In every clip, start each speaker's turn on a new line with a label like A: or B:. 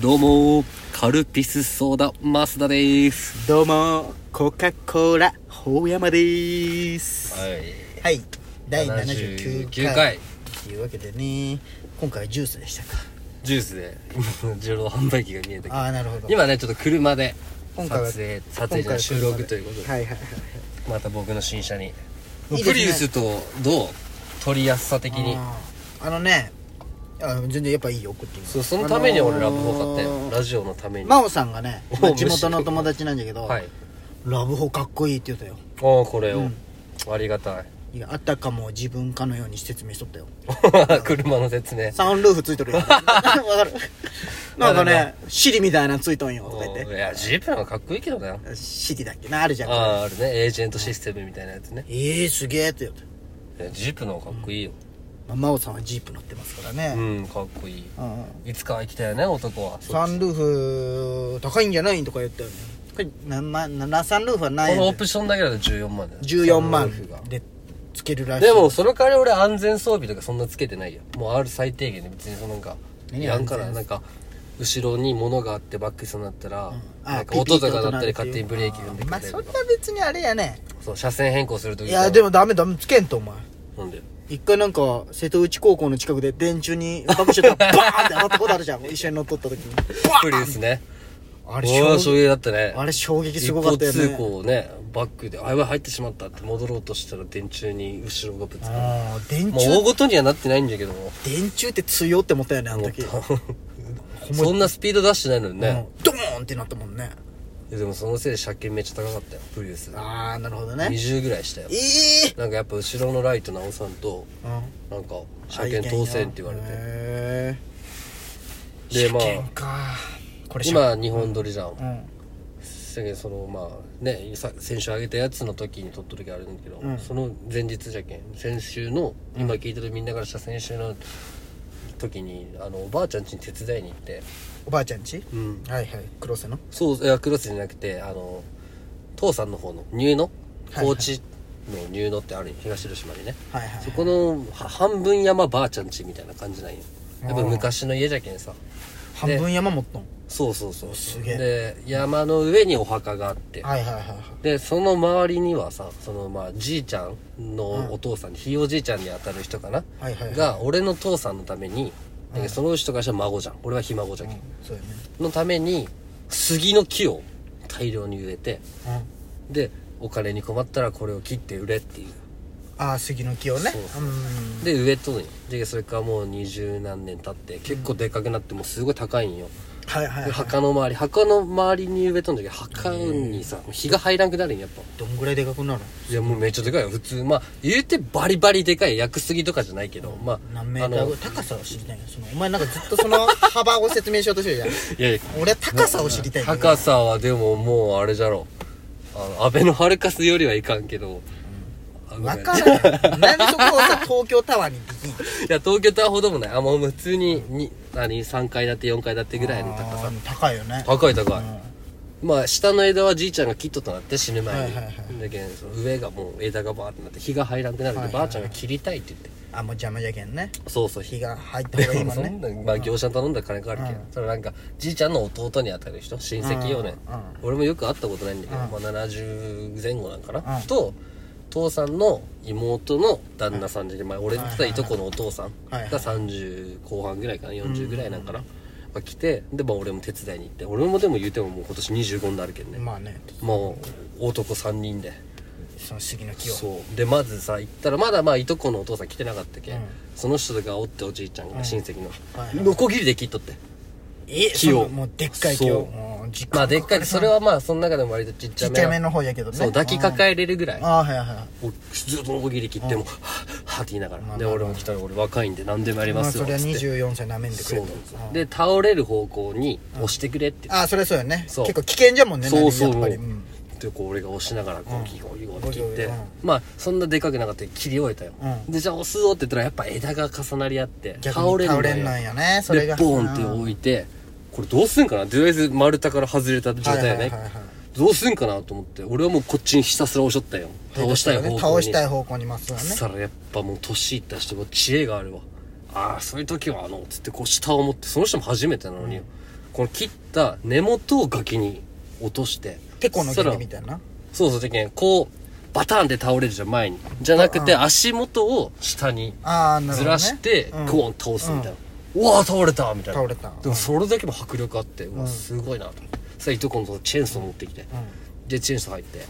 A: どうもカルピスソーダ増田です
B: どうもコカ・コーラ大山ですはい、
A: い
B: 第79
A: 79
B: 回
A: 回
B: というわけでね今回はジュースでしたか
A: ジュースで 自動販売機が見えたけど
B: ああなるほど
A: 今ねちょっと車で撮
B: 今回は
A: 影撮影じゃない収録ということで、
B: はいはいはい
A: また僕の新車に
B: いいですね
A: プリウスとどう取りやすさ的に
B: あーあのねあ全然やっぱいいよ送ってみます
A: そうそのために俺ラブホ買った
B: あ
A: よ
B: のー
A: ラジオのために
B: 真央さんがね
A: お、
B: まあ
A: むし
B: 地
A: ろ
B: 元の友達なんだけど、
A: はい
B: ラブホかっこいいって言うたよ
A: ああこれを、
B: うん
A: ありが たい
B: いやあたかも自分かのように説明しとったよ
A: 車の説明
B: サンルーフついとる よわかるなん
A: な
B: か
A: る
B: ねシリみたいなのついとんよとか言って
A: いやジープなんかかっこいいけどな
B: シティだっけなあるじゃん
A: あああるねエージェントシステムみたいなやつね
B: ええすげえって言うて、
A: いやジープの方がかっこいいよ
B: まあ、真央さんはジープ乗ってますから
A: う
B: ね、
A: ん、かっこいい
B: うんうん
A: いつかは来たよね男は
B: サンルーフ高いんじゃないとか言ったよねこれな、ま、なサンルーフはない
A: このオプションだけだと14万だよ
B: 14万
A: サンルーフが
B: でつけるらしい
A: でもその代わり俺安全装備とかそんなつけてないよもうある最低限で別にそのなんか
B: 何
A: やんから
B: 安全
A: なんか後ろに物があってバックしそうになったら、
B: あ
A: なんか
B: ピピ
A: 音
B: って
A: とか鳴った
B: なる
A: り
B: ってい
A: 勝
B: う
A: 手にブレーキ踏んでくれ
B: まあ
A: たりと
B: それ
A: か、
B: は別にあれやね
A: そう車線変更するとき
B: いやでもダメダメつけんとお前
A: なんで
B: 一回なんか瀬戸内高校の近くで電柱に 爆車がバーンって当たったことあるじゃん一緒に乗っとった時に
A: プリウスね
B: あ
A: あ
B: れ
A: れ
B: 衝
A: 衝
B: 撃
A: 撃だったね
B: あれ衝撃すごかったよね
A: 一方通行をねバックであやばい入ってしまったって戻ろうとしたら電柱に後ろがぶつかる
B: あー電
A: もう大
B: 柱
A: ごとにはなってないんだけども
B: 電柱って強って思ったよねあの時
A: そんなスピード出してないのにね、
B: うんドーンってなったもんね
A: いやでもそのせいで車検めっちゃ高かったよプリウス
B: ああなるほどね
A: 20ぐらいしたよ
B: ええ
A: なんかやっぱ後ろのライト直さんと
B: うん
A: なんか車検当選って言われて
B: て
A: で
B: 車
A: まあ
B: 検かこれ車
A: 今日本撮りじゃん、
B: うんうん
A: だけどそのまあねさ先週あげたやつの時に撮った時あるんだけど、
B: うん
A: その前日じゃけん先週の今聞いてるみんなからしたら先週の時にあのおばあちゃん家に手伝いに行って、
B: おばあちゃんち
A: うん、
B: はいはい黒瀬の
A: そういやクロスじゃなくてあの父さんの方の乳野
B: はいはい
A: 高知の乳野ってあるよ東広島にね
B: はいはい
A: そこのは半分山ばあちゃん家みたいな感じなんよやっぱ昔の家じゃけんさ
B: 半分山持っとん
A: そうそうそう
B: すげえ
A: で山の上にお墓があって
B: はいはいはいはい
A: でその周りにはさそのまあじいちゃんのお父さん、ひいおじいちゃんにあたる人かな、
B: はいはいはい
A: が俺の父さんのために、だけどその人がしたら孫じゃん俺はひ孫じゃけん、
B: そうよね
A: のために杉の木を大量に植えてでお金に困ったらこれを切って売れっていう
B: ああ杉の木をね
A: そうそ
B: うん
A: で植えとるんよでそれからもう二十何年経って結構でかくなってもうすごい高いんよ、
B: はいはいは
A: で
B: い
A: 墓の周り墓の周りに植えとんだけど墓にさ日が入らんくなるんよやっぱ
B: どんぐらいでかくなる
A: いやもうめっちゃでかいよ普通まあ言うてバリバリでかい屋久杉とかじゃないけど、まあ
B: 何メータ
A: あ
B: ー
A: の
B: ぐ
A: い
B: らい高さを知りたいんやそのお前なんかずっ とその幅を説明しようとしてるじゃん
A: やいや
B: 俺は高さを知りたいんだけど
A: 高さはでももうあれじゃろあの安倍のハルカスよりはいかんけど、あごめん
B: わからんないなんでそこをさ東京タワーにできん
A: いや東京タワーほどもないあもう普通にに何3階建て4階建てぐらいの高
B: あ
A: さ
B: ー高いよね
A: 高い高い、まあ下の枝はじいちゃんが切っとったなって死ぬ前に、
B: はいはいはい
A: だけどその上がもう枝がバーってなって火が入らんくなるんで、
B: はいはいは
A: ば
B: い
A: あちゃんが切りたいって言って
B: あもう邪魔じゃけんね
A: そうそう
B: 火が入った
A: で
B: 方がいい
A: も
B: も ん
A: そ
B: ね
A: んなん、まあ、業者に頼んだら金かかるけど、それなんかじいちゃんの弟にあたる人親戚よね、
B: うんうん
A: 俺もよく会ったことないんだけど、
B: う
A: まあ、70前後なんかな、
B: うん
A: と父さんの妹の旦那さんじゃ、まあ、俺って言ったらいとこのお父さん
B: はいは
A: が
B: い
A: 30後半ぐらいかな40ぐらいなんかな、まあ、来てで、まあ、俺も手伝いに行って俺もでも言うてももう今年25になるけどね、
B: まあね
A: もう男3人で。
B: その杉の木を
A: そうでまずさ行ったらまだまあいとこのお父さん来てなかったけ、
B: うん
A: ん、その人がおっておじいちゃんが親戚の、
B: はいはい
A: ノコギリで切っとって
B: え
A: 木を
B: そのもうでっかい木
A: そ
B: を
A: う
B: もう時間
A: まあでっかいそれはまあその中でも割とちっち
B: ち
A: ゃ
B: っ
A: め
B: ち
A: な
B: ゃめの方やけどね
A: そう抱きかかえれるぐらい
B: ああはいはいはい
A: おずっとノコギリ切っても、はぁはぁって言いながら、
B: まあ
A: で
B: まあ
A: 俺も来たら俺若いんで何でもやり
B: ま
A: ま
B: あ
A: すよ
B: そ
A: っ
B: れ
A: つ
B: は
A: って、
B: 24歳なめんでく
A: そう
B: れ
A: なん
B: と
A: ですよ
B: うん
A: で倒れる方向に押してくれって言って、
B: ああそれはそうよね結
A: そう
B: 構危険じゃもんね
A: そうそう
B: やっぱり
A: もう
B: うん
A: でこう俺が押しながらゴキゴキゴキ切
B: ゴ
A: っ
B: キゴキ
A: て、
B: うん
A: まあそんなでかくなかったけど切り終えたよ、
B: う
A: でじゃあ押すぞって言ったらやっぱ枝が重なり合って
B: 逆に倒れんなんよねそれ
A: で
B: が
A: ボーンって置いてこれどうすんかなとりあえず丸太から外れた状態や
B: はい
A: ね
B: はいはいはい
A: どうすんかなと思って俺はもうこっちにひたすら押しとったよ倒したい方向に
B: 倒したい方向にまっすぐね
A: そしたらやっぱもう年いった人も知恵があるわああそういう時はあのつってこう下を持ってその人も初めてなのに、この切った根元をガキに落として
B: てこの
A: そした
B: 原
A: ら
B: 理みたいな
A: そうそうでねこうバターンって倒れるじゃん前にじゃなくて足元を下に
B: ああなるほど、ね、
A: ずらして
B: うん
A: ゴーン倒すみたいな、うわー倒れたみたいな
B: 倒れた
A: でもそれだけも迫力あって、う
B: う
A: わ
B: ん
A: すごいなとさあいとこのとこチェーンソー持ってきて、
B: うん
A: でチェーンソー入って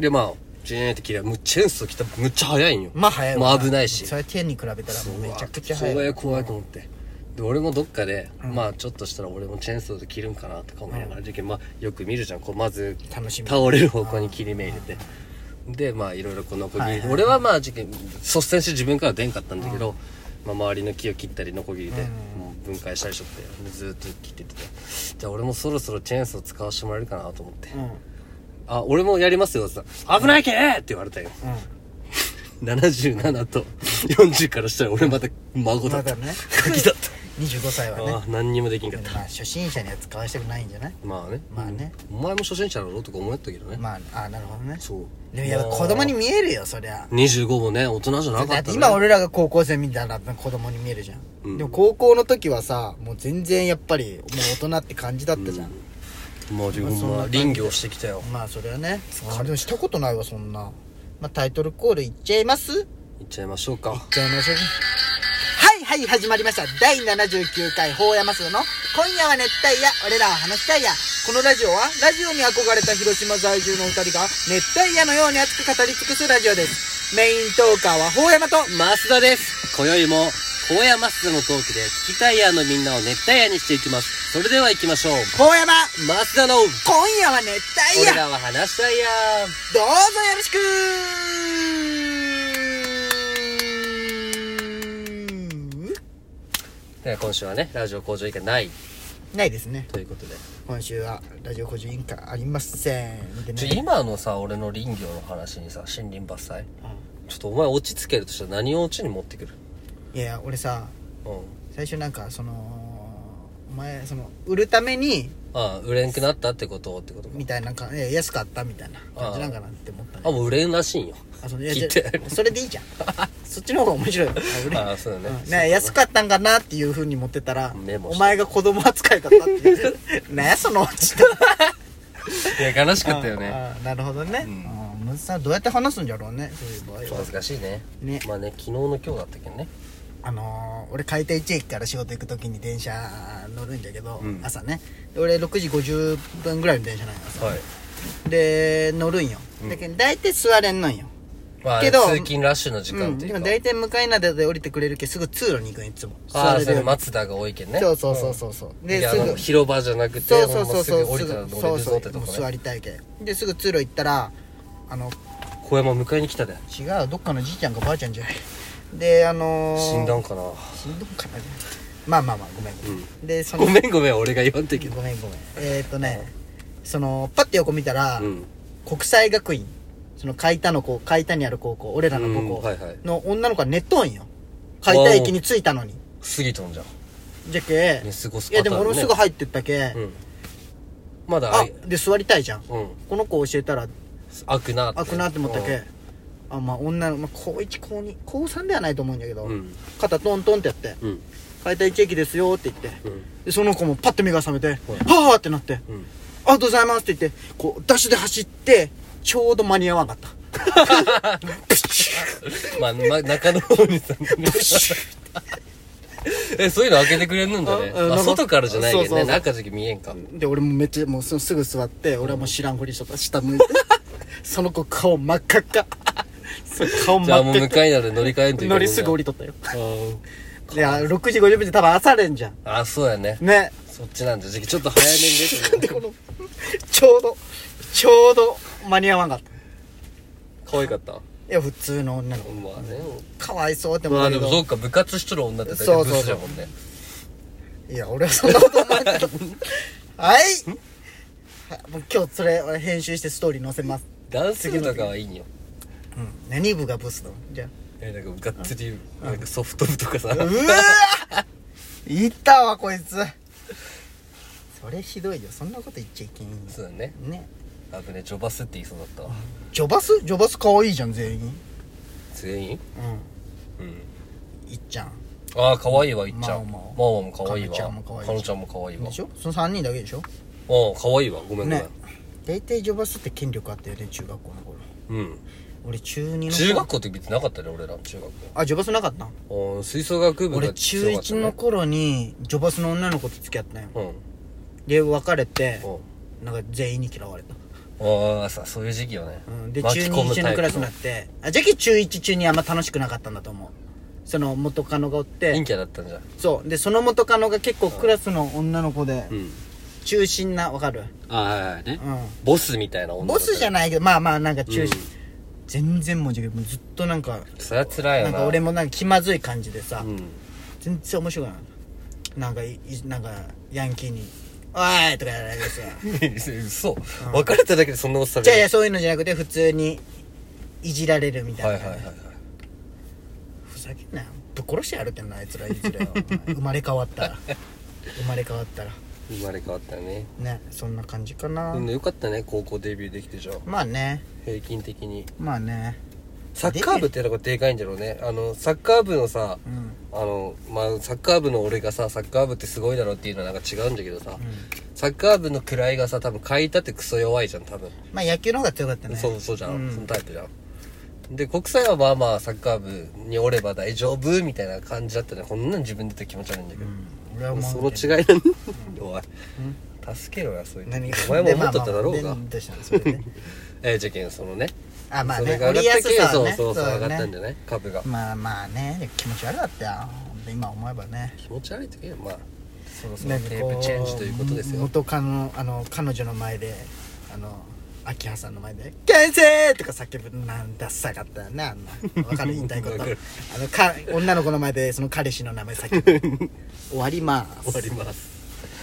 A: でまあジェーンって切ればもうチェーンソー来たらむっちゃ早いんよ
B: まあ早い
A: も
B: わ
A: う危ないし
B: それ手に比べたらもうめちゃくちゃ早い
A: 怖い怖いと思ってで俺もどっかで、
B: ん
A: まあちょっとしたら俺もチェーンソーで切るんかなとか思いながら、でまあよく見るじゃんこうまず
B: 楽しみ
A: 倒れる方向に切り目入れてでまあいろいろこう残り、
B: はいはい
A: 俺はまあ事件率先して自分からは出んかったんだけど、まあ、周りの木を切ったりノコギリで
B: うん
A: もう分解したりしとってずーっと切っててじゃあ俺もそろそろチェーンソー使わせてもらえるかなと思って「
B: うんうん
A: あ俺もやりますよ」って言ったら危ないけ!」って言われたよ77と40からしたら俺まだ孫だった、
B: まだね
A: ガキだった
B: 25歳はね
A: ああ何にもできんかった
B: まあ初心者には使わせたくないんじゃない
A: まあね
B: まあね
A: うんお前も初心者だろうとか思ったけどね、
B: まああーなるほどね
A: そう
B: でもやっぱ子供に見えるよそりゃ
A: 25もね大人じゃなかった、ね、
B: だって今俺らが高校生みたいな子供に見えるじゃん、
A: うん
B: でも高校の時はさもう全然やっぱりもう大人って感じだったじ
A: ま
B: ゃん、
A: あ自分
B: まあそんな
A: も
B: 感じで
A: 林業してきたよ
B: まあそれは
A: れ
B: ね
A: た
B: あでもしたことないわそんな、まあ、タイトルコールいっちゃいます
A: 行っちゃいましょうか
B: いっちゃいましょうはいはい始まりました第79回法山荘の「今夜は熱帯夜俺らは話したいや」このラジオはラジオに憧れた広島在住の2人が熱帯夜のように熱く語り尽くすラジオですメイントーカーは法山と
A: 増田です今宵も高野増田のトークで聞きたいやのみんなを熱帯夜にしていきますそれでは行きましょう
B: 法山
A: 増田の
B: 今夜は熱
A: 俺
B: 帯夜
A: らは話したいや
B: どうぞよろしく
A: で今週はねラジオ向上以下ない
B: ないですね
A: ということで
B: 今週はラジオ個人委員会ありませんでね
A: ちょ今のさ俺の林業の話にさ森林伐採
B: う
A: ちょっとお前落ち着けるとしたら何を落ちに持ってくる
B: んいやいや俺さ
A: うん
B: 最初なんかそのお前その売るために
A: ああ売れんくなったってことってことか
B: みたいななんかいや安かったみたいな感じなんかなって思ったね
A: あもう売れんらしいんよ
B: あそのいや
A: 聞い
B: じゃ
A: て
B: それでいい じゃんそっちの方が面白いよあ俺
A: ああそうだね
B: うん
A: そうだ
B: ね
A: ね
B: 安かったんかなっていうふうに持ってたら
A: メモして
B: お前が子供扱いだったっていう なんやそのちょっと
A: いや悲しかったよね
B: ああなるほどね
A: うん
B: うんむずさんどうやって話すんじゃろうねそういう場合
A: ちょっ
B: は
A: と難しいね
B: ね
A: まあね昨日の今日だったけどね
B: あのー、俺海底地駅から仕事行く時に電車乗るんだけど、
A: うん
B: 朝ねで俺6時50分ぐらいの電車なんや朝、
A: はい
B: で乗るんよ、
A: うん
B: だけど大体座れんのんよ
A: まあ
B: けど
A: 通勤ラッシュの時間っていう
B: うん、で
A: か
B: も大体向かいなで降りてくれるけどすぐ通路に行くんいつも
A: ああ
B: れ
A: それ
B: ように
A: 松田が多いけんね
B: そうそうそうそうそう、
A: うんい
B: で
A: や
B: す
A: あの
B: ぐ
A: 広場じゃなくて
B: そうそうそう
A: ほんますぐ降
B: そうす
A: りたら
B: ぐ
A: 乗
B: そ
A: れ
B: う
A: る
B: そ
A: ぞ
B: う
A: ってと
B: もう
A: こ
B: 座
A: ね
B: りたいけですぐ通路行ったらあの
A: 小山迎えに来たで
B: 違うどっかのじいちゃんかばあちゃんじゃないであのー、
A: 死んだんかな
B: 死んだんかなまあまあまあごめんごめん、でその
A: ごめんごめん俺が言わんといけど
B: ごめんごめんえーっ、とねそのパッて横見たら、
A: うん
B: 国際学院その海田の高海田にある高校俺らの
A: う
B: 母
A: んはいはい
B: 校の女の子が寝とんよ海田駅に着いたのに
A: 過ぎとんじゃん
B: じゃけ、
A: 寝過ごす
B: いやでも俺もす
A: 入
B: ぐ入ってったけ、
A: うんまだ
B: あ
A: あ
B: で座りたいじゃん
A: うん
B: この子教えたら
A: 開くな
B: あくなって思ったけあまあ女の、まあ、高1高2高3ではないと思うんだけど、
A: うん
B: 肩トントンってやって
A: うん
B: 「海田一駅ですよ」って言って
A: うん
B: でその子もパッと目が覚めて「はあ!」ってなって
A: うん
B: 「ありがとうございます」って言ってこうダッシュで走ってちょうど間に合わんかった
A: まあ、ま、中の方にさ、え、そういうの開けてくれるんだね。
B: あうん
A: まあ、
B: なんか
A: 外からじゃないけ
B: そ
A: ど
B: うそう
A: ね。
B: そう
A: 中じゃ見えんか。
B: で俺もめっちゃもうすすぐ座って俺はもう知らんふりしとった下向 いてその子顔真っ赤っかそう顔
A: じゃあ
B: 真
A: もう
B: っ
A: 向
B: 赤っ
A: かいなで乗り換えんと
B: か
A: いけない。
B: 乗りすぐ降
A: り。
B: りとったよいや6時50分で多分朝練じゃん
A: あ、そうやね。
B: ね
A: そっちなんだ。じゃあちょっと早めに出 て
B: でこのちょうどちょうど間に合わんかったい
A: 可愛かった。
B: や普通の女の子
A: まあね。
B: かわいそうって思
A: ま
B: う
A: あ
B: け
A: で
B: ど、
A: もそうか、部活しとる女って大体ブスじゃもんね。
B: いや俺はそんなこと思わなかったはいはもう今日それ俺編集してストーリー載せます
A: ダンス部とかはいいんよ。
B: うん何部がブスなのじゃあ
A: え、なんかがっつり、なんかソフト部とか さ。
B: うわーいたわこいつそれひどいよそんなこと言っちゃいけんよ
A: そうだね。
B: ね
A: あとね、ジョバスって言いそうだったわ。
B: ジョバスジョバス可愛いじゃん全員
A: 全員
B: う
A: うん。
B: んいっちゃん
A: ああ可愛いわいっちゃんマ
B: まあまあ
A: マも可愛いわ
B: かのちゃんも可愛いし
A: かのちゃんも可愛いわ
B: でしょその3人だけでしょ
A: うん可愛いわごめんごめん、
B: ね大体ジョバスって権力あったよね中学校の頃
A: うん
B: 俺中2の頃
A: 中学校って別になかったね俺ら中学
B: あジョバスなかった
A: 校うん吹奏楽部
B: 俺
A: が
B: 中
A: 強かった
B: 1
A: ね、
B: の頃にジョバスの女の子と付き合ったよ
A: うん
B: で別れて
A: うん
B: なんか全員に嫌われた、
A: ああさそういう時期よね、
B: うん、で中
A: 巻き込
B: 2
A: むタ
B: 中
A: イ
B: のク
A: プ
B: ラスになってあじゃけ中1中2あんま楽しくなかったんだと思うその元カノがおって
A: 陰キャだったんじゃん
B: そうでその元カノが結構クラスの女の子で
A: うん
B: 中心なわかる
A: ああはいはいね
B: う
A: ボスみたいな女
B: んボスじゃ
A: ん
B: ないけどまあまあなんか
A: う
B: 中心、
A: ん
B: 全然もうじゃけどもうずっとなんか
A: それは辛いよ
B: な
A: なん
B: か俺もなんか気まずい感じでさ、
A: うん
B: 全然面白くないなんかいなんかヤンキーに「おーい!」とかやられてさ
A: 嘘別れただけでそんなことされ
B: じゃあいや
A: る
B: そういうのじゃなくて普通にいじられるみたい
A: は、
B: ない
A: はいはいはい
B: ふざけんなよぶっ殺してやるってんなあいつら いずれはお前生まれ変わったら生まれ変わったら
A: 生まれ変わったよね
B: ねそんな感じかな、
A: うんよかったね高校デビューできてじゃあ
B: まあね
A: 平均的に
B: まあね
A: サッカー部ってなんかでかいんだろうねあのサッカー部のさ
B: うん
A: あのまあサッカー部の俺がさサッカー部ってすごいだろうっていうのはなんか違うんだけどさ、サッカー部の位がさ多分買いたってクソ弱いじゃん多分、
B: まあ野球の方が強かったね
A: そうそうじゃん、
B: ん
A: そのタイプじゃんで国際はまあまあサッカー部におれば大丈夫みたいな感じだったねこんなん自分で言って気持ち悪いんだけど、
B: うん俺はもう
A: その違いなんおい、助けろやそういう
B: 何
A: 時
B: が
A: お前も思っとっただろう
B: でま
A: が
B: あまあでどうしたのそれ で
A: えーじゃけんそのね
B: あまあ
A: そ
B: ね
A: れが上がったけんそう
B: ね
A: そうそう
B: だ
A: 上
B: ね
A: がったんじゃない株が
B: まあまあねでも気持ち悪かったよ今思えばね
A: 気持ち悪い時はまあそろそろ
B: なんか
A: テ
B: こ
A: ープチェンジということですよ
B: 元カノあの彼女の前であの秋葉さんの前で「先生!」とか叫ぶなんだっさかったよねあんな分か る言いたいこ
A: わ
B: と
A: かる
B: あのか女の子の前でその彼氏の名前叫ぶ終わります
A: 終わります